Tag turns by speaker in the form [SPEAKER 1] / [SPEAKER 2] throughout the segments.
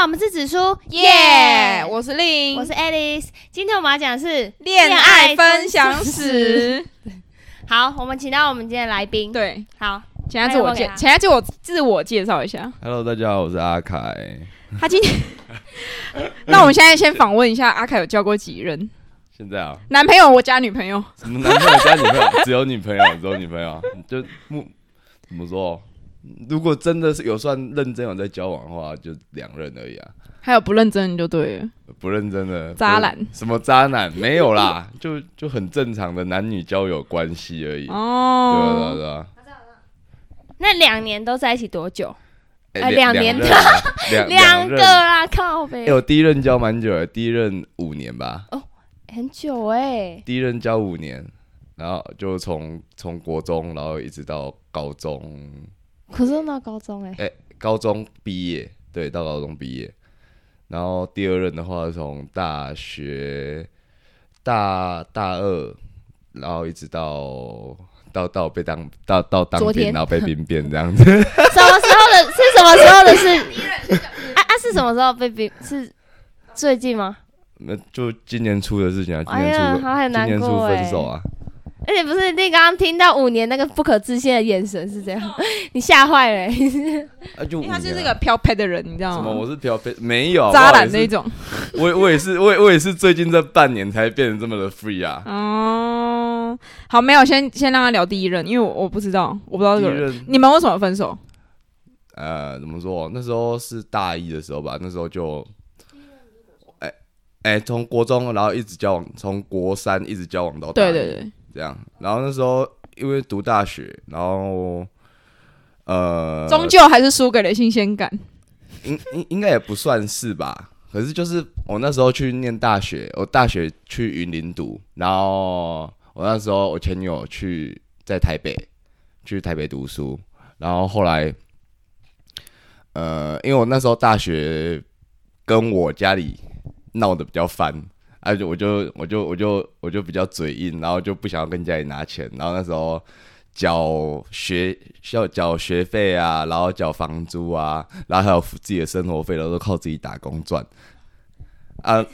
[SPEAKER 1] 好，我们是紫苏，
[SPEAKER 2] 耶！我是令，
[SPEAKER 1] 我是 Alice。今天我们要讲的是
[SPEAKER 2] 恋爱分享。史。
[SPEAKER 1] 好，我们请到我们今天的来宾。
[SPEAKER 2] 对，
[SPEAKER 1] 好，
[SPEAKER 2] 请他自我
[SPEAKER 1] 哎还有我
[SPEAKER 2] 介
[SPEAKER 1] 给，他
[SPEAKER 2] 请他自我自我介绍 一下。
[SPEAKER 3] Hello，大家好，我是阿凯，
[SPEAKER 2] 他今天， 那我们现在先访问一下阿凯有交过几任
[SPEAKER 3] 现在啊，
[SPEAKER 2] 男朋友？我加女朋友，
[SPEAKER 3] 什么男朋友加女朋友， 只有女朋友，只有女朋友，就目怎么说？如果真的是有算认真有在交往的话，就两任而已啊，
[SPEAKER 2] 还有不认真就对了。
[SPEAKER 3] 不认真的
[SPEAKER 2] 渣男，
[SPEAKER 3] 不什么渣男没有啦， 就就很正常的男女交友关系而已。
[SPEAKER 1] 哦
[SPEAKER 3] 对啊对啊
[SPEAKER 2] 哦，
[SPEAKER 3] 对啊，
[SPEAKER 1] 那两年都在一起多久？
[SPEAKER 3] 哎
[SPEAKER 1] 呃两年
[SPEAKER 3] 任啊 两
[SPEAKER 1] 两个
[SPEAKER 3] 任哎
[SPEAKER 1] 啦，靠呗，、
[SPEAKER 3] 我第一任交蛮久的，第一任五年吧，
[SPEAKER 1] 很久哎、
[SPEAKER 3] 第一任教五年，然后就从从国中，然后一直到高中，
[SPEAKER 1] 可是到高中哎、
[SPEAKER 3] 哎、高中毕业，对，到高中毕业。然后第二任的话，从大学大大二，然后一直到到到被当到到当
[SPEAKER 1] 昨天
[SPEAKER 3] 兵，然后被兵变这样子。
[SPEAKER 1] 什么时候 的？是什么时候的事？啊啊，是什么时候被逼？是最近吗？
[SPEAKER 3] 那就今年出的事情啊，今
[SPEAKER 1] 哎
[SPEAKER 3] 年
[SPEAKER 1] 呀，
[SPEAKER 3] 出的、
[SPEAKER 1] 好很
[SPEAKER 3] 今
[SPEAKER 1] 难
[SPEAKER 3] 年出
[SPEAKER 2] 哦
[SPEAKER 1] 过哎、
[SPEAKER 3] 分手啊，
[SPEAKER 1] 而且不是你刚刚听到五年那个不可置信的眼神是这 样，你吓坏了、欸。
[SPEAKER 3] 啊
[SPEAKER 2] 因
[SPEAKER 3] 就五
[SPEAKER 2] 为
[SPEAKER 3] 年、
[SPEAKER 2] 他
[SPEAKER 3] 啊。
[SPEAKER 2] 是这个飘派的人，你知道
[SPEAKER 3] 什么？
[SPEAKER 2] 吗？
[SPEAKER 3] 我是嫖被没有啊
[SPEAKER 2] 渣
[SPEAKER 3] 不好意
[SPEAKER 2] 男
[SPEAKER 3] 思
[SPEAKER 2] 那种。
[SPEAKER 3] 我我也是，我也我也是最近这半年才变得这么的 free 啊。
[SPEAKER 2] 哦，好，没有，先先让他聊第一任，因为我我不知道，我不知道这
[SPEAKER 3] 第一
[SPEAKER 2] 个人。
[SPEAKER 3] 任
[SPEAKER 2] 你们为什么分手？
[SPEAKER 3] 呃，怎么说？那时候是大一的时候吧，那时候就，哎哎，从国中然后一直交往，从国三一直交往到大
[SPEAKER 2] 对
[SPEAKER 3] 一
[SPEAKER 2] 对对，
[SPEAKER 3] 这样。然后那时候因为读大学，然后呃，
[SPEAKER 2] 终究还是输给了新鲜感。
[SPEAKER 3] 应应应该也不算是吧。可是就是我那时候去念大学，我大学去云林读，然后我那时候我前女友去在台北，去台北读书，然后后来，呃，因为我那时候大学跟我家里闹得比较翻，而、啊、且我就我就我就我就比较嘴硬，然后就不想要跟家里拿钱，然后那时候缴学校缴学费啊，然后缴房租啊，然后还有自己的生活费，然后都靠自己打工赚。 啊，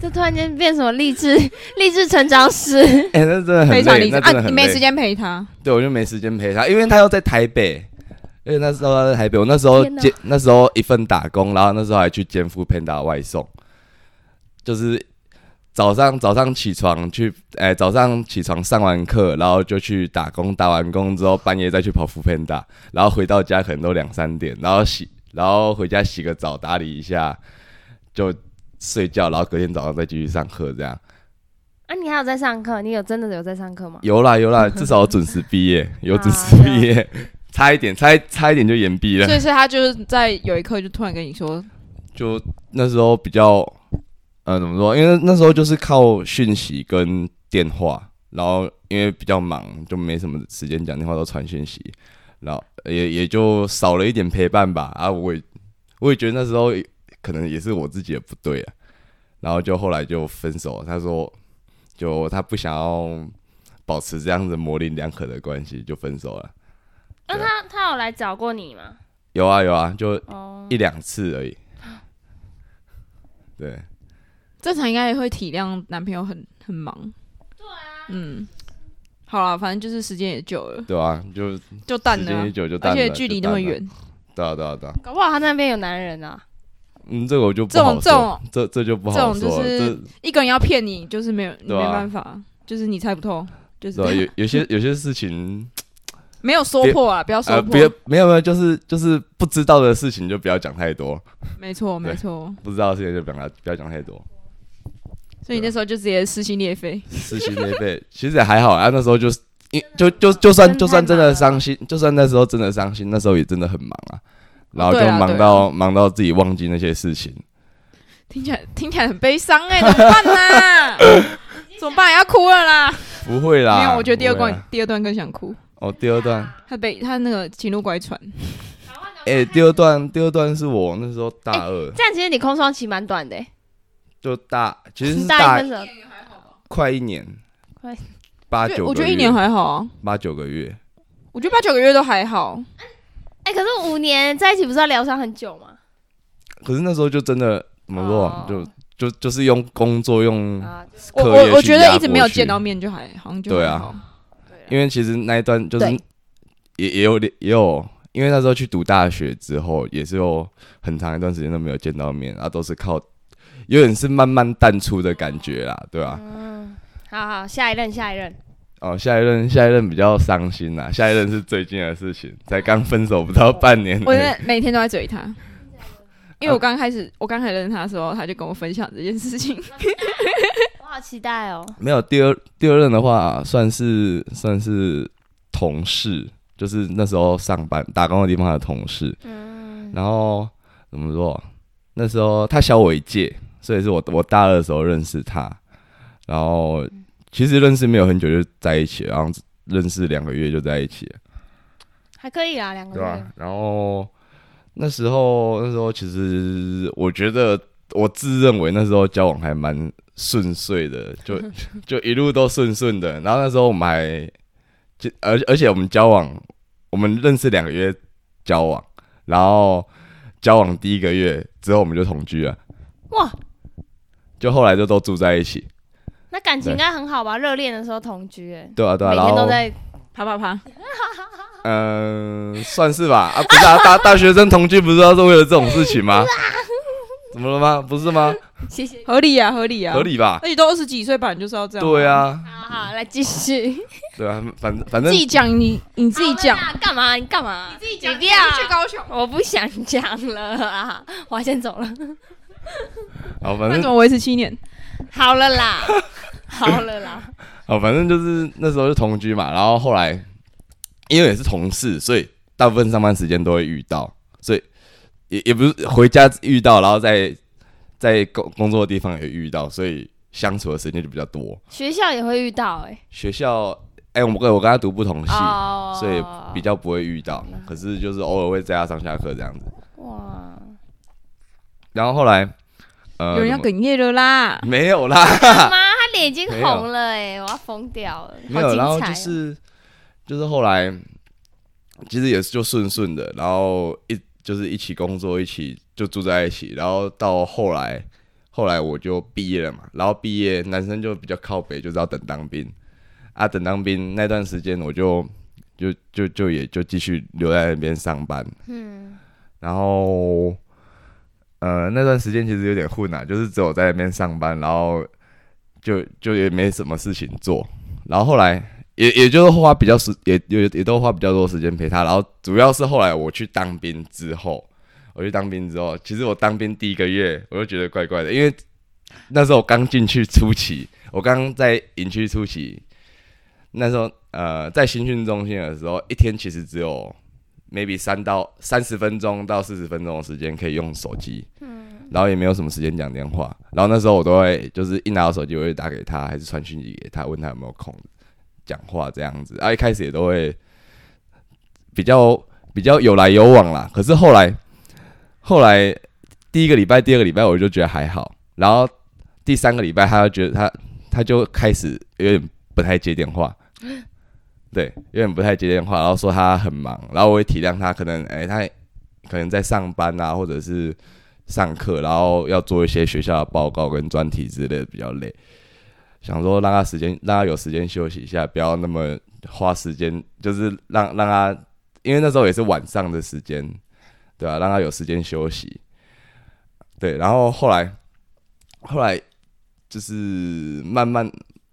[SPEAKER 1] 这突然间变什么励志励志成长史？
[SPEAKER 3] 哎、那真的很
[SPEAKER 2] 非常理
[SPEAKER 3] 累，
[SPEAKER 2] 解
[SPEAKER 3] 那真的
[SPEAKER 2] 啊！你
[SPEAKER 3] 很
[SPEAKER 2] 没
[SPEAKER 3] 累。
[SPEAKER 2] 时间陪他，
[SPEAKER 3] 对，我就没时间陪他，因为他又在台北，因为那时候他在台北，我那时候
[SPEAKER 1] 天哪
[SPEAKER 3] 兼那时候一份打工，然后那时候还去肩负 Panda 外送，就是早上早上起床去，哎、早上起床上完课，然后就去打工，打完工之后半夜再去跑 f Panda，然后回到家可能都两三点，然后洗，然后回家洗个澡，打理一下就睡觉，然后隔天早上再继续上课这样。
[SPEAKER 1] 啊，你还有在上课？你有真的有在上课吗？
[SPEAKER 3] 有啦 有啦，至少我准时毕业，有准时毕业，差一点，差一差一点就延毕了
[SPEAKER 2] 啊所。以是他就是在有一刻就突然跟你说，
[SPEAKER 3] 就那时候比较，呃，怎么说？因为那时候就是靠讯息跟电话，然后因为比较忙，就没什么时间讲电话，都传讯息，然后呃也也就少了一点陪伴吧。啊，我也我也觉得那时候可能也是我自己的不对啊，然后就后来就分手了。他说，就他不想要保持这样子模棱两可的关系，就分手了。
[SPEAKER 1] 那、
[SPEAKER 3] 对
[SPEAKER 1] 啊他他有来找过你吗？
[SPEAKER 3] 有啊有啊，就
[SPEAKER 1] 哦，
[SPEAKER 3] 一两次而已。对，
[SPEAKER 2] 正常应该也会体谅男朋友很很忙。对啊，嗯，好了，反正就是时间也久了，
[SPEAKER 3] 对啊，就
[SPEAKER 2] 就淡
[SPEAKER 3] 时
[SPEAKER 2] 了
[SPEAKER 3] 间
[SPEAKER 2] 啊
[SPEAKER 3] 一，久就淡
[SPEAKER 2] 而
[SPEAKER 3] 了，
[SPEAKER 2] 且距离那么远，
[SPEAKER 3] 就淡了，对啊对啊对啊，
[SPEAKER 1] 搞不好他那边有男人啊。
[SPEAKER 3] 嗯，这个我就不
[SPEAKER 2] 这种
[SPEAKER 3] 好
[SPEAKER 2] 这种
[SPEAKER 3] 说，这这就不
[SPEAKER 2] 这
[SPEAKER 3] 好
[SPEAKER 2] 种
[SPEAKER 3] 说
[SPEAKER 2] 就
[SPEAKER 3] 了，
[SPEAKER 2] 是一个人要骗你，就是没有你
[SPEAKER 3] 对
[SPEAKER 2] 没
[SPEAKER 3] 啊
[SPEAKER 2] 办法，就是你猜不透，就是
[SPEAKER 3] 这
[SPEAKER 2] 这
[SPEAKER 3] 对啊，
[SPEAKER 2] 样
[SPEAKER 3] 有有些有些事情，
[SPEAKER 2] 没有说破啊，不要说
[SPEAKER 3] 呃，
[SPEAKER 2] 破，
[SPEAKER 3] 别没有没有，就是就是不知道的事情就不要讲太多，
[SPEAKER 2] 没错
[SPEAKER 3] 对
[SPEAKER 2] 没错，
[SPEAKER 3] 不知道的事情就不要不要讲太多，
[SPEAKER 2] 所以你那时候就直接撕心裂肺，
[SPEAKER 3] 撕心裂 肺，其实也还好啊，那时候就是。因就就就算就
[SPEAKER 2] 啊
[SPEAKER 3] 算真的伤心，就算那时候真的伤心，那时候也真的很忙啊，然后就
[SPEAKER 2] 对啊对
[SPEAKER 3] 忙
[SPEAKER 2] 啊
[SPEAKER 3] 到、忙到自己忘记那些事情，
[SPEAKER 2] 听起来听起来很悲伤哎，怎么办 呢？怎么办？要哭了啦！
[SPEAKER 3] 不会啦，
[SPEAKER 2] 没有，我觉得第二
[SPEAKER 3] 不会
[SPEAKER 2] 段
[SPEAKER 3] 啦
[SPEAKER 2] 第二段更想哭。
[SPEAKER 3] 哦，第二段，
[SPEAKER 2] 他被他那个情路拐传，
[SPEAKER 3] 哎、第二段，第二段是我那时候大二，
[SPEAKER 2] 哎
[SPEAKER 1] 这样其实你空窗期蛮短的、欸，
[SPEAKER 3] 就大，其实是
[SPEAKER 1] 大一
[SPEAKER 3] 大
[SPEAKER 1] 分手
[SPEAKER 3] 快一年，
[SPEAKER 1] 快
[SPEAKER 3] 八
[SPEAKER 2] 对
[SPEAKER 3] 啊九，
[SPEAKER 2] 我觉得一年还好啊，
[SPEAKER 3] 八九个月，
[SPEAKER 2] 我觉得八九个月都还好。
[SPEAKER 1] 哎、可是五年在一起不是要疗伤很久吗？
[SPEAKER 3] 可是那时候就真的怎么说啊、
[SPEAKER 1] 哦
[SPEAKER 3] 就就就是用工作用
[SPEAKER 1] 啊，
[SPEAKER 2] 我
[SPEAKER 3] 课业
[SPEAKER 2] 我我
[SPEAKER 3] 去
[SPEAKER 2] 觉
[SPEAKER 3] 压
[SPEAKER 2] 得一直
[SPEAKER 3] 过
[SPEAKER 2] 没有
[SPEAKER 3] 去
[SPEAKER 2] 见到面就还好像就
[SPEAKER 3] 对
[SPEAKER 2] 还
[SPEAKER 3] 啊
[SPEAKER 2] 好，
[SPEAKER 3] 因为其实那一段就是
[SPEAKER 1] 对
[SPEAKER 3] 也也有点也有，因为那时候去读大学之后，也是有很长一段时间都没有见到面，啊，都是靠有点是慢慢淡出的感觉啦，对吧、
[SPEAKER 1] 嗯，好好，下一任，下一任，
[SPEAKER 3] 哦，下一任下一任比较伤心啦，下一任是最近的事情，才刚分手不到半年而已，
[SPEAKER 2] 哦我现在每天都在追 他，因
[SPEAKER 3] 啊
[SPEAKER 2] 为我刚开始我刚开始认识他的时候，他就跟我分享这件事情。
[SPEAKER 1] 我好期待哦。
[SPEAKER 3] 没有第二第二任的话、啊算是算是同事，就是那时候上班打工的地方的同事。
[SPEAKER 1] 嗯，
[SPEAKER 3] 然后怎么说？那时候他小我一届，所以是我我大二的时候认识他。然后
[SPEAKER 2] 嗯
[SPEAKER 3] 其实认识没有很久就在一起了，然后认识两个月就在一起了，
[SPEAKER 1] 还可以啦，两个
[SPEAKER 3] 对啊
[SPEAKER 1] 月。
[SPEAKER 3] 吧、然后那时候那时候其实我觉得我自认为那时候交往还蛮顺遂的，就 就一路都顺顺的。然后那时候我们还，就而而且我们交往，我们认识两个月交往，然后交往第一个月之后我们就同居了，
[SPEAKER 1] 哇，
[SPEAKER 3] 就后来就都住在一起。
[SPEAKER 1] 那感情
[SPEAKER 3] 对
[SPEAKER 1] 应该很好吧？热恋的时候同居、欸，
[SPEAKER 3] 对啊，对啊，
[SPEAKER 1] 每
[SPEAKER 3] 然
[SPEAKER 1] 天
[SPEAKER 3] 后
[SPEAKER 1] 都在
[SPEAKER 2] 啪啪啪！
[SPEAKER 3] 嗯、算是吧。啊，不是啊，大大学生同居不是要是为了这种事情 吗？怎么了吗？不是吗？
[SPEAKER 1] 谢谢。
[SPEAKER 2] 合理啊，合理啊，
[SPEAKER 3] 合。理吧？
[SPEAKER 2] 而且都二十几岁吧，你就是要这样。
[SPEAKER 3] 对，啊，
[SPEAKER 1] 好好，来继续。
[SPEAKER 3] 对啊，反反
[SPEAKER 2] 自
[SPEAKER 3] 正
[SPEAKER 2] 己讲你你自己讲，
[SPEAKER 1] 好了啦干嘛？你干嘛？你自己
[SPEAKER 2] 讲
[SPEAKER 1] 不要
[SPEAKER 2] 你去高雄
[SPEAKER 1] 我不想讲了啊，我要先走了。
[SPEAKER 3] 好，哦反
[SPEAKER 2] 那
[SPEAKER 3] 正
[SPEAKER 2] 怎么维持七年？
[SPEAKER 1] 好了 啦，好了啦。
[SPEAKER 3] 哦，反正就是那时候就同居嘛，然后后来因为也是同事，所以大部分上班时间都会遇到，所以也也不是回家遇到，然后在在工工作的地方也遇到，所以相处的时间就比较多。
[SPEAKER 1] 学校也会遇到哎、
[SPEAKER 3] 学校，哎、我们跟我跟他读不同系，
[SPEAKER 1] 哦
[SPEAKER 3] 所以比较不会遇到，
[SPEAKER 2] 嗯
[SPEAKER 3] 可是就是偶尔会在他上下课这样子。
[SPEAKER 1] 哇，
[SPEAKER 3] 然后后来，呃，
[SPEAKER 2] 有人要
[SPEAKER 3] 怎么
[SPEAKER 2] 哽咽了啦！
[SPEAKER 3] 没有啦，
[SPEAKER 1] 妈，他脸已经
[SPEAKER 3] 没有
[SPEAKER 1] 红了哎、我要疯掉了。
[SPEAKER 3] 没
[SPEAKER 1] 好
[SPEAKER 3] 有，
[SPEAKER 1] 精
[SPEAKER 3] 然后
[SPEAKER 1] 彩
[SPEAKER 3] 就
[SPEAKER 1] 哦
[SPEAKER 3] 是就是后来，其实也是就顺顺的，然后一就是一起工作，一起就住在一起，然后到后来，后来我就毕业了嘛，然后毕业男生就比较靠北，就是要等当兵啊，等当兵那段时间我就就就就也就继续留在那边上班，
[SPEAKER 1] 嗯，
[SPEAKER 3] 然后，呃，那段时间其实有点混啊，就是只有在那边上班，然后就就也没什么事情做。然后后来也也就是花比较时也也也都花比较多时间陪他。然后主要是后来我去当兵之后，我去当兵之后，其实我当兵第一个月我就觉得怪怪的，因为那时候我刚进去初期，我刚在营区初期，那时候呃在新训中心的时候，一天其实只有 maybe 三到三十分钟到四十分钟的时间可以用手机，然后也没有什么时间讲电话，然后那时候我都会就是一拿到手机我会打给他，还是传讯息给他，问他有没有空讲话这样子，啊一开始也都会比较比较有来有往啦，可是后来后来第一个礼拜、第二个礼拜我就觉得还好，然后第三个礼拜他就觉得他他就开始有点不太接电话。对，有点不太接电话，然后说他很忙，然后我也体谅他，可能哎、他可能在上班啊，或者是上课，然后要做一些学校的报告跟专题之类的，比较累。想说让他时间，让他有时间休息一下，不要那么花时间，就是让让他，因为那时候也是晚上的时间，对啊吧、让他有时间休息。对，然后后来后来就是慢慢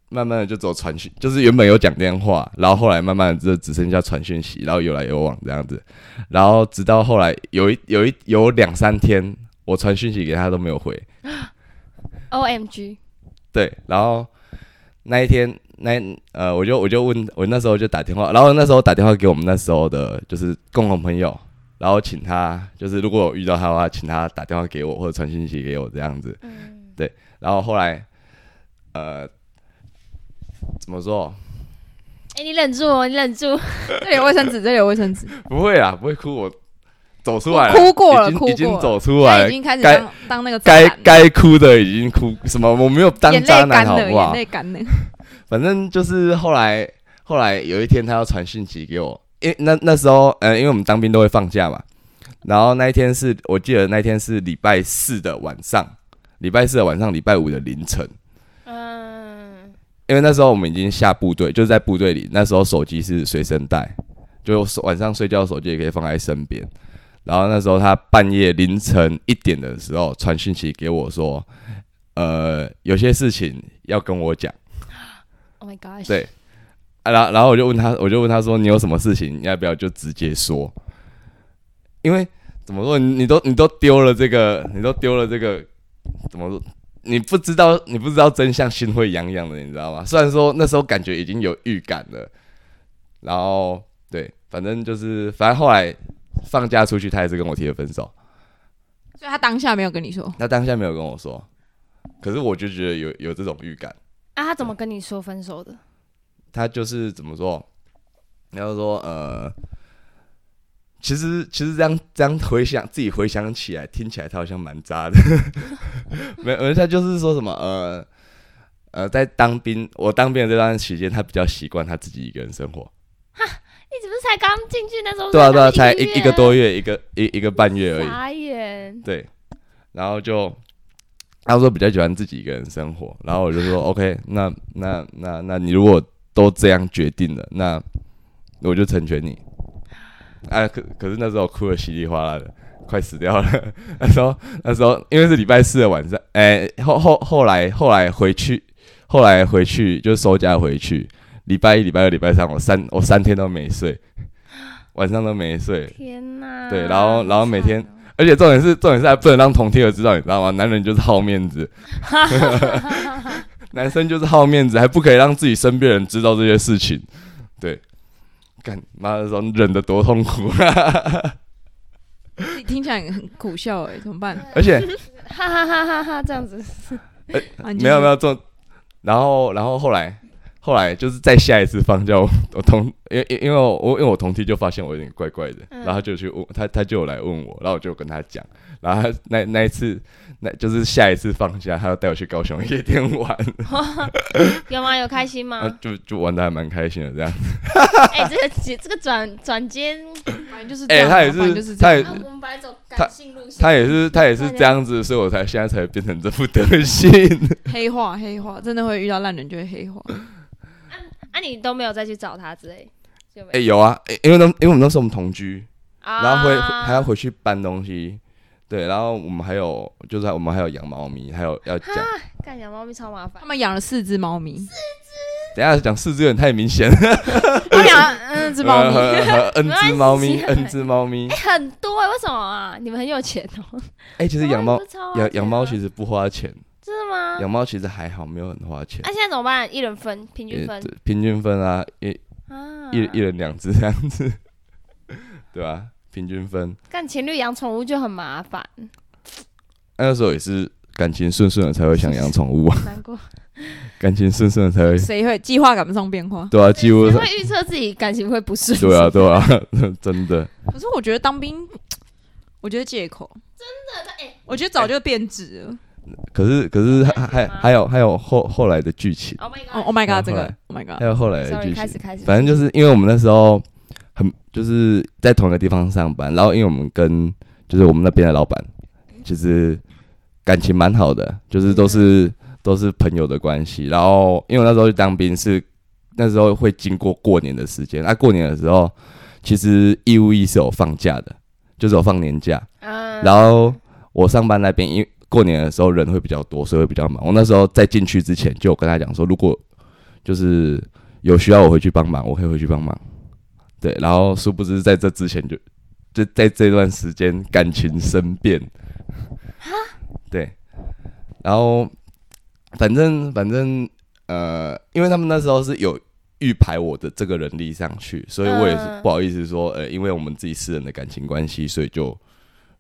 [SPEAKER 3] 慢慢的就走传讯，就是原本有讲电话，然后后来慢慢的就只剩下传讯息，然后有来有往这样子，然后直到后来有一有一有两三天，我传讯息给他都没有回，
[SPEAKER 1] ，O M G，
[SPEAKER 3] 对，然后那一天那一呃，我就我就问我那时候就打电话，然后那时候打电话给我们那时候的就是共同朋友，然后请他就是如果有遇到他的话，请他打电话给我或者传讯息给我这样子，
[SPEAKER 1] 嗯，
[SPEAKER 3] 然后后来呃怎么说？
[SPEAKER 1] 哎、你忍住哦，你忍住，
[SPEAKER 3] 呃
[SPEAKER 2] 这里有卫生纸，这里有卫生纸。
[SPEAKER 3] 不会啊啦，不会哭，我走出来了，
[SPEAKER 2] 哭过了
[SPEAKER 3] 哎已经
[SPEAKER 2] 哭过了
[SPEAKER 3] 已经走出
[SPEAKER 2] 他
[SPEAKER 3] 来
[SPEAKER 2] 已
[SPEAKER 3] 了，
[SPEAKER 2] 经开始
[SPEAKER 3] 该
[SPEAKER 2] 当当那个渣
[SPEAKER 3] 该
[SPEAKER 2] 男
[SPEAKER 3] 该哭的已经哭，什么我没有当
[SPEAKER 2] 眼泪
[SPEAKER 3] 渣
[SPEAKER 2] 干
[SPEAKER 3] 男好
[SPEAKER 2] 了，
[SPEAKER 3] 不
[SPEAKER 2] 眼
[SPEAKER 3] 好？
[SPEAKER 2] 泪干了。
[SPEAKER 3] 反正就是后来后来有一天他要传讯息给我，因为那那时候呃，因为我们当兵都会放假嘛，然后那一天是我记得那一天是礼拜四的晚上，礼拜四的晚上，礼拜五的凌晨，
[SPEAKER 1] 嗯，
[SPEAKER 3] 因为那时候我们已经下部队，就是在部队里，那时候手机是随身带，就是晚上睡觉手机也可以放在身边。然后那时候他半夜凌晨一点的时候传讯息给我说，呃，有些事情要跟我讲。
[SPEAKER 1] Oh my gosh！
[SPEAKER 3] 对，啊然后然后我就问他，我就问他说，你有什么事情，你要不要就直接说？因为怎么说，你你都你都丢了这个，你都丢了这个，怎么说？你不知道，你不知道真相，心会痒痒的，你知道吗？虽然说那时候感觉已经有预感了，然后对，反正就是，反正后来放假出去，他也是跟我提了分手。
[SPEAKER 2] 所以他当下没有跟你说，
[SPEAKER 3] 他当下没有跟我说，可是我就觉得有有这种预感。
[SPEAKER 1] 啊，他怎么跟你说分手的？
[SPEAKER 3] 他就是怎么说？然后说呃，其实其实这样这样回想自己回想起来，听起来他好像蛮渣的。 没有，他就是说什么呃呃，在当兵我当兵的这段期间，他比较习惯他自己一个人生活。
[SPEAKER 1] 你是不是才刚进去那时候？
[SPEAKER 3] 对啊对啊，才
[SPEAKER 1] 一
[SPEAKER 3] 一一个多月，一个一一个半月而已。
[SPEAKER 1] 傻眼。
[SPEAKER 3] 对，然后就他说比较喜欢自己一个人生活，然后我就说 OK，那那那那你如果都这样决定了，那我就成全你。啊，可可是那时候我哭的稀里哗啦的，快死掉了。 那时候那时候因为是礼拜四的晚上，哎、后后后来后来回去，后来回去就收假回去，礼拜一、礼拜二、礼拜三，我三我三天都没睡，晚上都没睡，
[SPEAKER 1] 天哪！
[SPEAKER 3] 对然后然后每天
[SPEAKER 1] 好惨哦
[SPEAKER 3] 而且重点是，重点是还不能让同梯的知道，你知道吗？男人就是好面子，男生就是好面子，还不可以让自己身边人知道这些事情。对，干妈的时候忍得多痛苦，
[SPEAKER 2] 你听起来很苦笑哎，怎么办？
[SPEAKER 3] 而且
[SPEAKER 1] 哈哈哈哈哈，这样子。
[SPEAKER 2] 啊你继续
[SPEAKER 3] 没有没有这种，然后然后后来后来就是再下一次放假，我我同因为因为因为我我因为我同梯就发现我有点怪怪的，
[SPEAKER 1] 嗯
[SPEAKER 3] 然后他就去问他他就有来问我，然后我就跟他讲，然后他那那一次那就是下一次放假，他要带我去高雄夜店玩，
[SPEAKER 1] 有吗？有开心
[SPEAKER 3] 然后
[SPEAKER 1] 吗？
[SPEAKER 3] 就就玩的还蛮开心的这样。
[SPEAKER 1] 哎、这个节这个转转接，
[SPEAKER 2] 反正就是这
[SPEAKER 3] 哎、
[SPEAKER 2] 样，啊
[SPEAKER 3] 他也，
[SPEAKER 2] 反正就是是
[SPEAKER 3] 他
[SPEAKER 2] 这
[SPEAKER 3] 也
[SPEAKER 2] 样，
[SPEAKER 1] 们本来走
[SPEAKER 3] 感
[SPEAKER 1] 性路线
[SPEAKER 3] 他也是，他也是这样子，所以我才现在才变成这副德性。
[SPEAKER 2] 黑化黑化，真的会遇到烂人就会黑化。
[SPEAKER 1] 啊，你都没有再去找他之类，就没
[SPEAKER 3] 哎、有啊，哎因为那因为我们那时候我们同居，
[SPEAKER 1] 啊
[SPEAKER 3] 然后会还要回去搬东西，对，然后我们还有就是我们还有养猫咪，还有要讲，
[SPEAKER 1] 干养猫咪超麻烦
[SPEAKER 2] 他。们养了四只猫咪，
[SPEAKER 3] 等一下讲四只有点太明显了，
[SPEAKER 2] 他们养了嗯只猫咪，
[SPEAKER 3] 呃呃呃，n 只猫咪
[SPEAKER 1] 没关系
[SPEAKER 3] ，n 只猫咪，
[SPEAKER 1] 哎很多、欸，为什么啊？你们很有钱哦、
[SPEAKER 3] 哎、其实养猫养养猫其
[SPEAKER 1] 实
[SPEAKER 3] 实不花钱，
[SPEAKER 1] 真的吗？啊
[SPEAKER 3] 养猫其实还好，没有很花钱
[SPEAKER 1] 那、，现在怎么办？一人分，平均
[SPEAKER 3] 也
[SPEAKER 1] 分
[SPEAKER 3] 对平均分啊，一
[SPEAKER 1] 啊！
[SPEAKER 3] 一一人两只这样子，对吧、平均分。
[SPEAKER 1] 干情侣养宠物就很麻 烦，
[SPEAKER 3] 那时候也是感情顺顺的才会想养宠物啊，
[SPEAKER 1] 难过。
[SPEAKER 3] 感情顺顺的才会，
[SPEAKER 2] 谁会计划赶不上变化？
[SPEAKER 3] 对啊，几乎
[SPEAKER 1] 谁
[SPEAKER 3] 是，
[SPEAKER 1] 会预测自己感情会不顺？
[SPEAKER 3] 对 啊，对啊， 真的，
[SPEAKER 2] 可是我觉得当兵，我觉得借口真的，哎，我觉得早就变质了。
[SPEAKER 3] 可是可是还
[SPEAKER 1] 感
[SPEAKER 3] 还
[SPEAKER 1] 觉吗
[SPEAKER 3] 还有还有后后来的剧情，
[SPEAKER 1] Oh my god！
[SPEAKER 2] 哦 Oh my
[SPEAKER 3] 然后
[SPEAKER 2] god，这
[SPEAKER 3] 后
[SPEAKER 2] 个
[SPEAKER 3] 来
[SPEAKER 2] Oh my
[SPEAKER 3] 还
[SPEAKER 2] god，
[SPEAKER 3] 有后来的
[SPEAKER 1] Sorry，
[SPEAKER 3] 剧
[SPEAKER 1] 开
[SPEAKER 3] 情
[SPEAKER 1] 始，开始，
[SPEAKER 3] 哎反正就是因为我们那时候很就是在同一个地方上班，然后因为我们跟就是我们那边的老板
[SPEAKER 1] 嗯
[SPEAKER 3] 其实感情蛮好的，就是都
[SPEAKER 1] 嗯
[SPEAKER 3] 是都是朋友的关系。然后因为我那时候去当兵是那时候会经过过年的时间，那、过年的时候其实义务役是有放假的，就是有放年假。
[SPEAKER 1] 嗯
[SPEAKER 3] 然后我上班那边因为过年的时候人会比较多，所以会比较忙。我那时候在进去之前就有跟他讲说，如果就是有需要我回去帮忙，我可以回去帮忙。对，然后殊不知在这之前就就在这段时间感情生变，对，然后反正反正呃，因为他们那时候是有预排我的这个人力上去，所以我也是
[SPEAKER 1] 嗯
[SPEAKER 3] 不好意思说，呃，因为我们自己私人的感情关系，所以就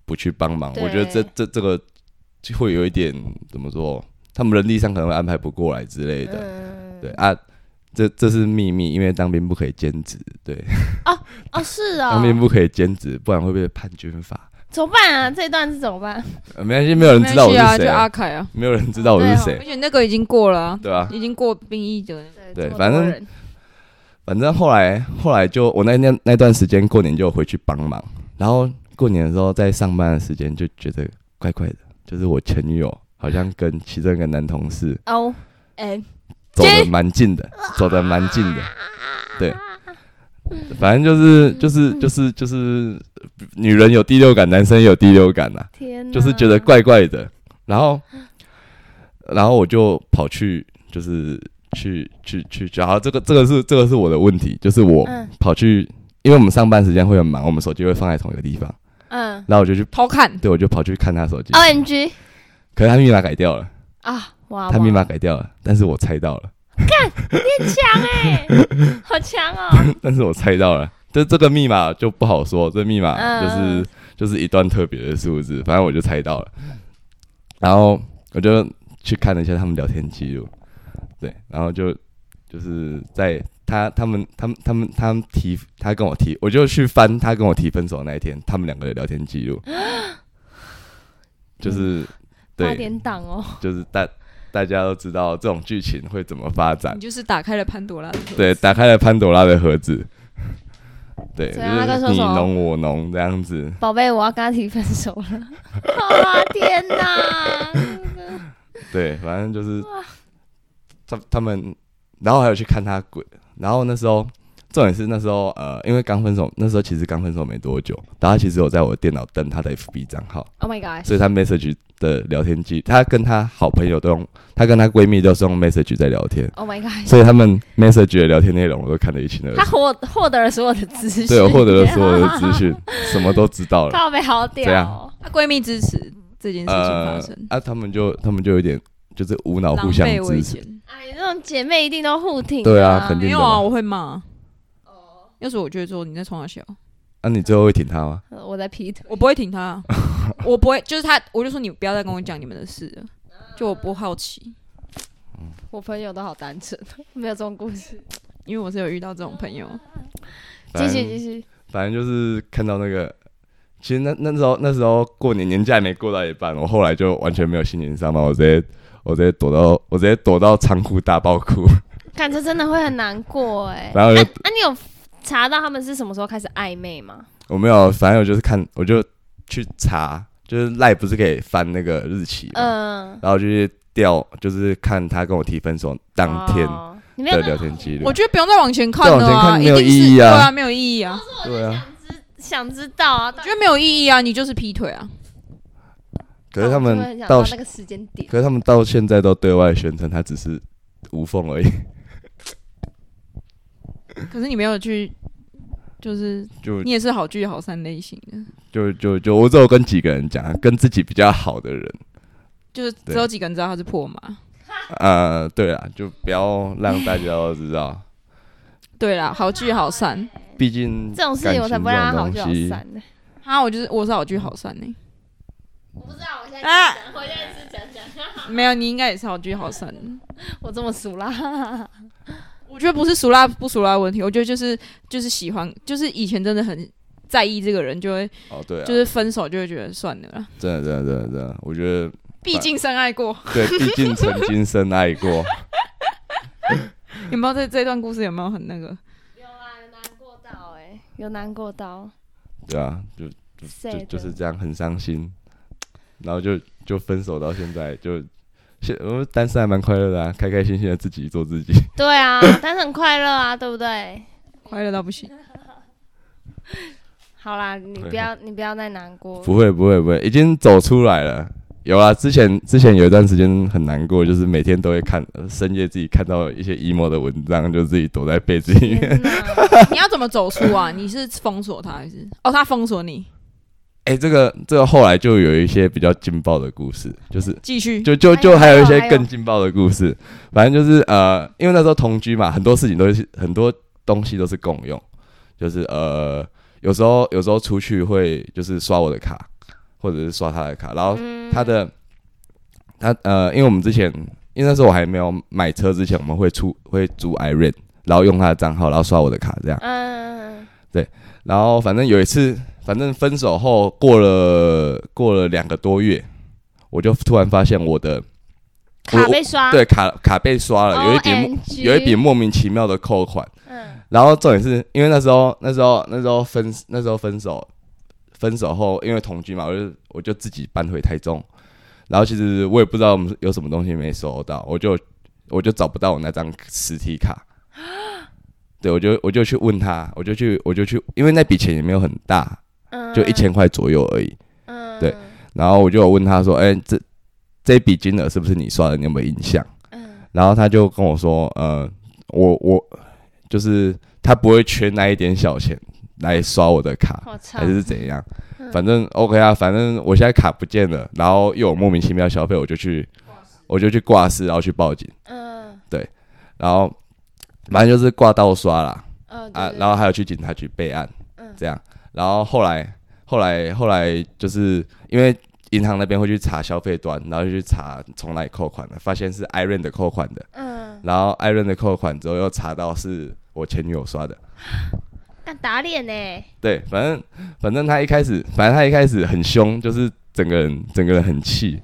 [SPEAKER 3] 不去帮忙。
[SPEAKER 1] 对
[SPEAKER 3] 我觉得这这这个就会有一点怎么说，他们人力上可能会安排不过来之类的。
[SPEAKER 1] 嗯
[SPEAKER 3] 对啊，这这是秘密，因为当兵不可以兼职，对，
[SPEAKER 1] 哦是
[SPEAKER 2] 啊
[SPEAKER 3] 当兵
[SPEAKER 1] 哦，
[SPEAKER 3] 不可以兼职，不然会被判军法。
[SPEAKER 1] 怎么办啊？这一段是怎么办？
[SPEAKER 3] 呃没关系，没有人知道我
[SPEAKER 2] 没
[SPEAKER 3] 是
[SPEAKER 2] 关系啊，啊
[SPEAKER 3] 谁
[SPEAKER 2] 就
[SPEAKER 3] 啊、
[SPEAKER 2] 阿凯啊，
[SPEAKER 3] 没有人知道我是谁
[SPEAKER 2] 而，且那个已经过了啊，
[SPEAKER 3] 对啊。
[SPEAKER 2] 已经过兵役的那个。
[SPEAKER 1] 对
[SPEAKER 3] 对
[SPEAKER 1] 这么多
[SPEAKER 3] 反正
[SPEAKER 1] 人
[SPEAKER 3] 反正后来后来就我那天那段时间过年就有回去帮忙，然后过年的时候在上班的时间就觉得怪怪的，就是我前女友好像跟其中一个男同事
[SPEAKER 1] 哦，
[SPEAKER 2] 哎，
[SPEAKER 3] 走的蛮近的，走的蛮近的，对。反正就是就是就是就是，女人有第六感，男生也有第六感呐、
[SPEAKER 1] 天哪，
[SPEAKER 3] 就是觉得怪怪的。然后，然后我就跑去，就是去去去，然后这个这个是这个是我的问题，就是我
[SPEAKER 1] 嗯
[SPEAKER 3] 跑去，因为我们上班时间会很忙，我们手机会放在同一个地方，
[SPEAKER 1] 嗯
[SPEAKER 3] 然后我就去，
[SPEAKER 2] 偷看
[SPEAKER 3] 对，我就跑去看他手机，
[SPEAKER 1] ，O M G
[SPEAKER 3] 可是他密码改掉了，
[SPEAKER 2] 啊，
[SPEAKER 1] 哇，
[SPEAKER 3] 他密码
[SPEAKER 1] 哇
[SPEAKER 3] 改掉了，但是我猜到了，
[SPEAKER 1] 强哎，好强哦，
[SPEAKER 3] 但是我猜到了。这这个密码就不好说，这密码
[SPEAKER 1] 嗯
[SPEAKER 3] 就是、
[SPEAKER 1] 嗯
[SPEAKER 3] 就是一段特别的数字，反正我就猜到了。然后我就去看了一下他们聊天记录，对，然后就就是在他他们他们他们他们提他跟我提，我就去翻他跟我提分手的那一天他们两个的聊天记 录，就是
[SPEAKER 1] 嗯八
[SPEAKER 3] 对，
[SPEAKER 1] 点档哦，
[SPEAKER 3] 就是大大家都知道这种剧情会怎么发展
[SPEAKER 2] 你，就是打开了潘多拉的盒子
[SPEAKER 3] 对，打开了潘朵拉的盒子，对，就
[SPEAKER 1] 怎样他跟
[SPEAKER 3] 是
[SPEAKER 1] 说
[SPEAKER 3] 你
[SPEAKER 1] 什么
[SPEAKER 3] 侬我侬这样子，
[SPEAKER 1] 宝贝，我要跟他提分手了， 哇，天哪，
[SPEAKER 3] 对，反正就是他他们，然后还有去看他鬼，然后那时候重点是那时候呃，因为刚分手，那时候其实刚分手没多久，然后他其实有在我的电脑登他的 FB 账号，
[SPEAKER 1] ，Oh my God，
[SPEAKER 3] 所以他 message 的聊天记，他跟他好朋友都用，他跟他闺蜜都是用 message 在聊天，
[SPEAKER 1] Oh my god！
[SPEAKER 3] 所以他们 message 的聊天内容我都看得一清二
[SPEAKER 1] 他
[SPEAKER 3] 楚，
[SPEAKER 1] 获获得了所有的资讯，
[SPEAKER 3] 对我获得了所有的资讯，什么都知道了。
[SPEAKER 1] 靠北好屌、
[SPEAKER 3] 怎
[SPEAKER 1] 哦
[SPEAKER 3] 样，
[SPEAKER 2] 她啊闺蜜支持这件事情发
[SPEAKER 3] 呃
[SPEAKER 2] 生，，
[SPEAKER 3] 啊，他们就他们就有点就是无脑
[SPEAKER 2] 狼
[SPEAKER 3] 呃互相
[SPEAKER 2] 狈为
[SPEAKER 3] 支持，
[SPEAKER 2] 奸。
[SPEAKER 1] 哎，这种姐妹一定都互挺、
[SPEAKER 3] 对啊，肯
[SPEAKER 1] 定。
[SPEAKER 2] 没
[SPEAKER 3] 定
[SPEAKER 2] 有
[SPEAKER 3] 的嘛。
[SPEAKER 2] 啊，我会骂。要是我就会说你在冲他笑，
[SPEAKER 3] 那、啊你最后会挺他吗？
[SPEAKER 1] 我在劈腿，
[SPEAKER 2] 我不会挺他 啊，我不会，就是他，我就说你不要再跟我讲你们的事了，就我不好奇，
[SPEAKER 1] 我朋友都好单纯， 没有这种故事。
[SPEAKER 2] 因为我是有遇到这种朋友，
[SPEAKER 1] 继
[SPEAKER 3] 反
[SPEAKER 1] 续
[SPEAKER 3] 正
[SPEAKER 1] 继续，
[SPEAKER 3] 反正就是看到那个，其实那那时候那时候过年年假也没过到一半，我后来就完全没有心情上班，我直接我直接躲到我直接躲到仓库大爆哭，
[SPEAKER 1] 感觉真的会很难过哎、
[SPEAKER 3] 然后
[SPEAKER 1] 那、
[SPEAKER 3] 就
[SPEAKER 1] 啊啊你有查到他们是什么时候开始暧昧吗？
[SPEAKER 3] 我没有，反正我就是看我就去查，就是赖不是可以翻那个日期嘛，
[SPEAKER 1] 嗯，
[SPEAKER 3] 然后就是调就是看他跟我提分手当天
[SPEAKER 1] 哦你没有
[SPEAKER 3] 的
[SPEAKER 1] 那
[SPEAKER 3] 聊天记录
[SPEAKER 2] 我，觉得不用再往前看
[SPEAKER 3] 再往
[SPEAKER 2] 了
[SPEAKER 3] 前
[SPEAKER 2] 啊，
[SPEAKER 3] 看
[SPEAKER 2] 一
[SPEAKER 3] 没有
[SPEAKER 2] 定是
[SPEAKER 3] 意义啊
[SPEAKER 2] 对啊，没有意义啊，
[SPEAKER 3] 对啊，
[SPEAKER 1] 想知道啊？
[SPEAKER 2] 我觉得没有意义啊，你就是劈腿啊，
[SPEAKER 3] 可是他
[SPEAKER 1] 哦我就会很
[SPEAKER 3] 们
[SPEAKER 1] 想
[SPEAKER 3] 到
[SPEAKER 1] 知道那个时间点，
[SPEAKER 3] 可是他们到现在都对外宣称他只是无缝而已，
[SPEAKER 2] 可是你没有去，就是
[SPEAKER 3] 就
[SPEAKER 2] 你也是好聚好散类型的，
[SPEAKER 3] 就就就我只有跟几个人讲，跟自己比较好的人。
[SPEAKER 2] 就是只有几个人知道他是破马。
[SPEAKER 3] 呃，对啊，就不要让大家都知道，
[SPEAKER 2] 对啦，好聚好散，
[SPEAKER 3] 毕竟
[SPEAKER 1] 这种事情我才不会让他好
[SPEAKER 3] 感
[SPEAKER 1] 聚好
[SPEAKER 3] 情这种东西。
[SPEAKER 1] 散呢。
[SPEAKER 2] 啊，我就是我是好聚好散呢、欸
[SPEAKER 1] 我不知道，我现在
[SPEAKER 2] 啊
[SPEAKER 1] 讲，回来是讲讲。
[SPEAKER 2] 没有，你应该也是好聚好散。
[SPEAKER 1] 我这么俗 啦，
[SPEAKER 2] 我觉得不是熟辣不熟辣的问题，我觉得就是就是喜欢，就是以前真的很在意这个人，就会、
[SPEAKER 3] 哦，对啊，啊
[SPEAKER 2] 就是分手就会觉得算了啦，
[SPEAKER 3] 真的，真的，真的，真的，我觉得
[SPEAKER 2] 毕竟深爱过。
[SPEAKER 3] 对，毕竟曾经深爱过，
[SPEAKER 2] 有没有这这段故事有没有很那个？
[SPEAKER 1] 啊过到哎，有难过到，
[SPEAKER 3] 对啊，就就
[SPEAKER 1] 谁
[SPEAKER 3] 就是这样，很伤心，然后就就分手到现在，就现我单身还蛮快乐的啊，开开心心的自己做自己，
[SPEAKER 1] 对啊，但是很快乐啊，对不对？
[SPEAKER 2] 快乐到不 行，
[SPEAKER 1] 好啦，你
[SPEAKER 3] 对
[SPEAKER 1] 不要你不要再难过。
[SPEAKER 3] 不会，不会，不会，已经走出来了。有啊，之前之前有一段时间很难过，就是每天都会看呃深夜自己看到一些 emo 的文章，就自己躲在被子里 面。
[SPEAKER 1] 天哪
[SPEAKER 2] 你要怎么走出啊？你是封锁他还是？哦，他封锁你，
[SPEAKER 3] 哎、这个这个后来就有一些比较劲爆的故事，就是
[SPEAKER 2] 继续。
[SPEAKER 3] 就就
[SPEAKER 1] 还有
[SPEAKER 3] 就还
[SPEAKER 1] 还
[SPEAKER 3] 有一
[SPEAKER 1] 有
[SPEAKER 3] 些
[SPEAKER 1] 还有
[SPEAKER 3] 更劲爆的故事。反正就是呃，因为那时候同居嘛，很多事情都是很多东西都是共用，就是呃，有时候有时候出去会就是刷我的卡，或者是刷他的卡，然后
[SPEAKER 1] 嗯
[SPEAKER 3] 他的、他呃，因为我们之前因为那时候我还没有买车之前，我们会出会租 iRent，然后用他的账号，然后刷我的卡这样。
[SPEAKER 1] 嗯，
[SPEAKER 3] 然后反正有一次，反正分手后过了过了两个多月，我就突然发现我的我
[SPEAKER 1] 嗯卡被刷，
[SPEAKER 3] 对卡卡被刷了，有一笔莫
[SPEAKER 1] OMG
[SPEAKER 3] 有一笔莫名其妙的扣款。
[SPEAKER 1] 嗯
[SPEAKER 3] 然后重点是因为那时候那时候那时候分那时候分手分手后，因为同居嘛，我就我就自己搬回台中，然后其实我也不知道我们有什么东西没收到，我就我就找不到我那张实体卡，对我就我就去问他，我就去我就去，因为那笔钱也没有很大，
[SPEAKER 1] 嗯
[SPEAKER 3] 就一，千块左右而已，
[SPEAKER 1] 嗯
[SPEAKER 3] 对，然后我就有问他说，哎、这这笔金额是不是你刷的？你有没有印象？
[SPEAKER 1] 嗯
[SPEAKER 3] 然后他就跟我说，呃，我我就是他不会缺那一点小钱来刷我的卡，
[SPEAKER 1] 我操
[SPEAKER 3] 还，是怎样？反正 OK 啊，反正我现在卡不见了，然后又有莫名其妙消费，我就去我就去挂失，然后去报警，
[SPEAKER 1] 嗯
[SPEAKER 3] 然后反正就是挂盗刷啦
[SPEAKER 1] 嗯
[SPEAKER 3] 啊，然后还有去警察局备案
[SPEAKER 1] 嗯，
[SPEAKER 3] 这样，然后后来后来后来就是因为。银行那边会去查消费端，然后就去查从哪里扣款的，发现是 Iron 的扣款的，
[SPEAKER 1] 嗯，
[SPEAKER 3] 然后艾润的扣款之后又查到是我前女友刷的。
[SPEAKER 1] 干打脸呢，
[SPEAKER 3] 对，反正反正他一开始，反正他一开始很凶，就是整个人整个人很气，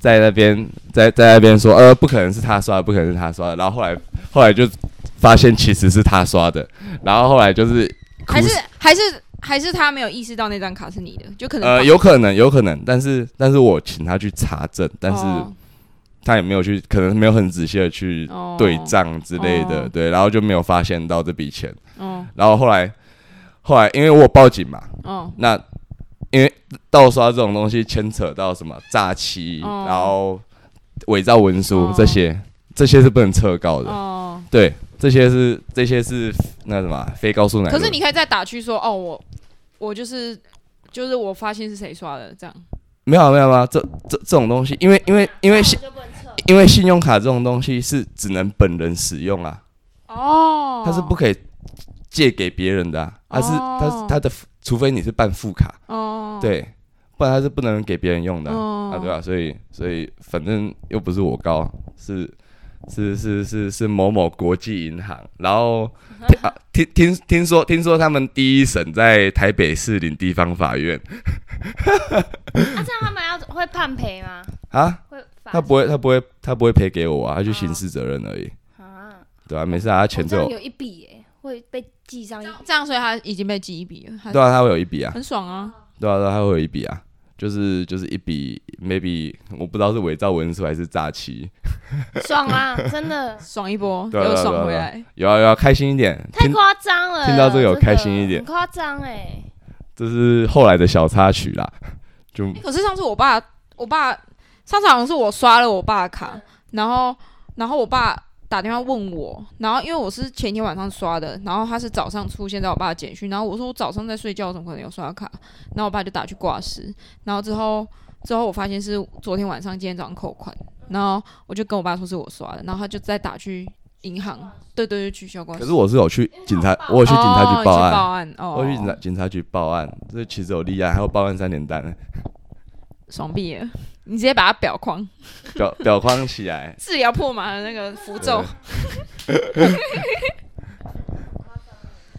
[SPEAKER 3] 在那边在在那边说，呃，不可能是他刷的，不可能是他刷的。然后后来后来就发现其实是他刷的，然后后来就是哭
[SPEAKER 2] 还是还是还是他没有意识到那张卡是你的，就可能
[SPEAKER 3] 呃有可能有可能，但是但是我请他去查证，但是
[SPEAKER 2] 哦
[SPEAKER 3] 他也没有去，可能没有很仔细的去
[SPEAKER 2] 哦
[SPEAKER 3] 对账之类的，
[SPEAKER 2] 哦
[SPEAKER 3] 对，然后就没有发现到这笔钱。
[SPEAKER 2] 哦
[SPEAKER 3] 然后后来，后来因为我有报警嘛，
[SPEAKER 2] 哦
[SPEAKER 3] 那因为盗刷这种东西牵扯到什么诈欺，
[SPEAKER 2] 哦
[SPEAKER 3] 然后伪造文书、
[SPEAKER 2] 哦
[SPEAKER 3] 这些，这些是不能撤告的。
[SPEAKER 2] 哦，
[SPEAKER 3] 对，这些是这些是那什么啊非高速难。
[SPEAKER 2] 可是你可以再打去说哦，我我就是就是我发现是谁刷的这样，
[SPEAKER 3] 没有啊没有啊，这这这种东西，因为因为因为信
[SPEAKER 1] 那我就不能撤啊
[SPEAKER 3] 因为信用卡这种东西是只能本人使用啊，
[SPEAKER 2] 哦，
[SPEAKER 3] 它是不可以借给别人的、啊，它是它
[SPEAKER 2] 哦
[SPEAKER 3] 是它的，除非你是办副卡，
[SPEAKER 2] 哦，
[SPEAKER 3] 对，不然它是不能给别人用的啊、
[SPEAKER 2] 哦
[SPEAKER 3] 啊，对啊，所以所以反正又不是我高，是是是是是某某国际银行，然后
[SPEAKER 1] 嗯
[SPEAKER 3] 听、啊、听听听说听说他们第一审在台北市林地方法院
[SPEAKER 1] 啊，这样他们要会判赔吗？
[SPEAKER 3] 啊，
[SPEAKER 1] 会罚
[SPEAKER 3] 他不会他不会他不会赔给我啊，他就刑事责任而已，
[SPEAKER 1] 哦啊？
[SPEAKER 3] 对啊，没事啊，他钱
[SPEAKER 1] 这
[SPEAKER 3] 就
[SPEAKER 1] 样
[SPEAKER 3] 有，
[SPEAKER 1] 有一笔哎，会被记上一笔。
[SPEAKER 2] 这样所以他已经被记一笔了，他
[SPEAKER 3] 对啊，他会有一笔啊，
[SPEAKER 2] 很爽啊，
[SPEAKER 3] 对啊，对啊他会有一笔啊。就是就是一笔，maybe 我不知道是伪造文书还是诈欺，
[SPEAKER 1] 爽 啊，真的
[SPEAKER 2] 爽一波
[SPEAKER 3] 对啊
[SPEAKER 2] 又
[SPEAKER 3] 对啊对啊
[SPEAKER 2] 爽回
[SPEAKER 3] 对啊
[SPEAKER 2] 来，
[SPEAKER 3] 有啊有啊，开心一点，
[SPEAKER 1] 太
[SPEAKER 3] 听
[SPEAKER 1] 夸张了。
[SPEAKER 3] 听到这个有
[SPEAKER 1] 真的
[SPEAKER 3] 开心一点
[SPEAKER 1] 很夸张哎。
[SPEAKER 3] 这是后来的小插曲啦，就
[SPEAKER 2] 欸可是上次我爸，我爸上次好像是我刷了我爸的
[SPEAKER 3] 嗯
[SPEAKER 2] 卡，然后然后我爸打电话问我，然后因为我是前一天晚上刷的，然后他是早上出现在我爸的简讯，然后我说我早上在睡觉，我怎么可能有刷卡？然后我爸就打去挂失，然后之后之后我发现是昨天晚上今天早上扣款，然后我就跟我爸说是我刷的，然后他就再打去银行，对对对，取消挂失。
[SPEAKER 3] 可是我是有去警察，我有
[SPEAKER 2] 我
[SPEAKER 3] 去警察局报案，
[SPEAKER 2] 报案哦，
[SPEAKER 3] 我有去警察警察局报案，这其实有立案，还有报案三连单，
[SPEAKER 2] 爽毙了！你直接把他裱框，，
[SPEAKER 3] 表表框起来
[SPEAKER 2] 治疗破麻的那个符
[SPEAKER 3] 对
[SPEAKER 2] 咒。，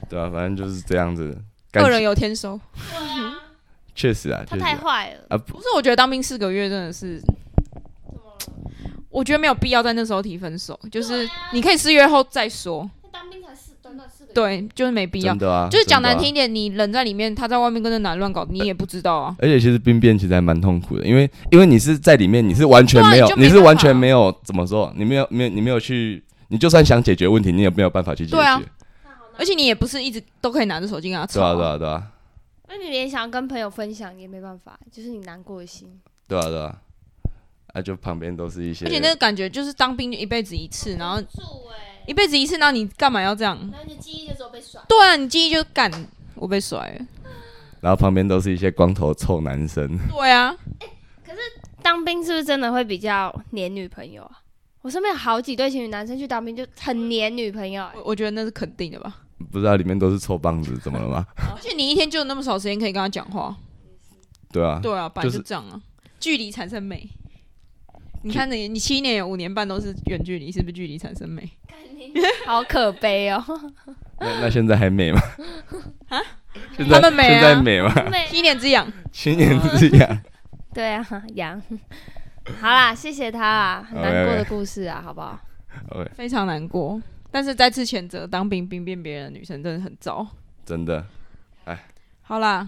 [SPEAKER 3] 对啊，反正就是这样子，感
[SPEAKER 2] 恶
[SPEAKER 3] 觉
[SPEAKER 2] 人有天收。
[SPEAKER 1] 嗯
[SPEAKER 3] 确实啊，
[SPEAKER 1] 他
[SPEAKER 3] 确实
[SPEAKER 1] 太
[SPEAKER 3] 啊
[SPEAKER 1] 坏了，
[SPEAKER 3] 啊不
[SPEAKER 2] 不是，我觉得当兵四个月真的是，我觉得没有必要在那时候提分手，就是你可以四月后再说。
[SPEAKER 1] 当兵才四短短四个月，
[SPEAKER 2] 对，就是没必要
[SPEAKER 3] 真。的啊，
[SPEAKER 2] 就是讲难听
[SPEAKER 3] 真
[SPEAKER 2] 一
[SPEAKER 3] 的啊。
[SPEAKER 2] 点，你人在里面，他在外面跟着男乱搞，你也不知道啊。
[SPEAKER 3] 而且其实兵变其实还蛮痛苦的，因为因为你是在里面，你是完全没有，
[SPEAKER 2] 对啊你就没
[SPEAKER 3] 你
[SPEAKER 2] 办法
[SPEAKER 3] 是完全没有怎么说，你没有没有你没有去，你就算想解决问题，你也没有办法去解决，
[SPEAKER 2] 对啊
[SPEAKER 3] 对
[SPEAKER 2] 而且你也不是一直都可以拿着手机跟他吵
[SPEAKER 3] 啊对
[SPEAKER 2] 啊。
[SPEAKER 3] 啊对啊
[SPEAKER 1] 那你连想要跟朋友分享也没办法，就是你难过的心。
[SPEAKER 3] 对啊对啊，啊就旁边都是一些，
[SPEAKER 2] 而且那个感觉就是当兵就一辈子一次，然后
[SPEAKER 1] 住哎，
[SPEAKER 2] 一辈子一次，那你干嘛要这样？
[SPEAKER 1] 然后你的记忆就只有被甩。
[SPEAKER 2] 对啊，你记忆就干，我被甩了。
[SPEAKER 3] 然后旁边都是一些光头臭男生。
[SPEAKER 2] 对啊，
[SPEAKER 1] 当兵是不是真的会比较黏女朋友啊？我身边有好几对情侣，男生去当兵就很黏女朋友、欸
[SPEAKER 2] 我。我觉得那是肯定的吧。
[SPEAKER 3] 不知道里面都是臭棒子，怎么了 吗？
[SPEAKER 1] 啊
[SPEAKER 2] 而且你一天就有那么少时间可以跟他讲话。
[SPEAKER 3] 对啊，
[SPEAKER 2] 对啊，本来
[SPEAKER 3] 就是
[SPEAKER 2] 就这样啊，距离产生美。你看你，你七年有五年半都是远距离，是不是距离产生美？
[SPEAKER 1] 好可悲 哦、
[SPEAKER 3] 那那现在还美吗？ 现
[SPEAKER 2] 啊他
[SPEAKER 3] 在
[SPEAKER 2] 们美啊
[SPEAKER 3] 现在美吗？
[SPEAKER 2] 七年之痒，
[SPEAKER 3] 七年之 痒，
[SPEAKER 1] 对啊，羊。好啦，谢谢他啦，很难过
[SPEAKER 3] OK，OK
[SPEAKER 1] 的故事啊，好不好？
[SPEAKER 3] 哦
[SPEAKER 2] 非常难过。但是再次谴责当兵兵变别人的女生真的很糟。
[SPEAKER 3] 真的
[SPEAKER 2] 好啦，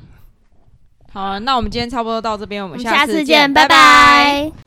[SPEAKER 2] 好啊，那我们今天差不多到这边，我
[SPEAKER 1] 我
[SPEAKER 2] 们
[SPEAKER 1] 们下
[SPEAKER 2] 次
[SPEAKER 1] 次见，
[SPEAKER 2] 拜
[SPEAKER 1] 拜拜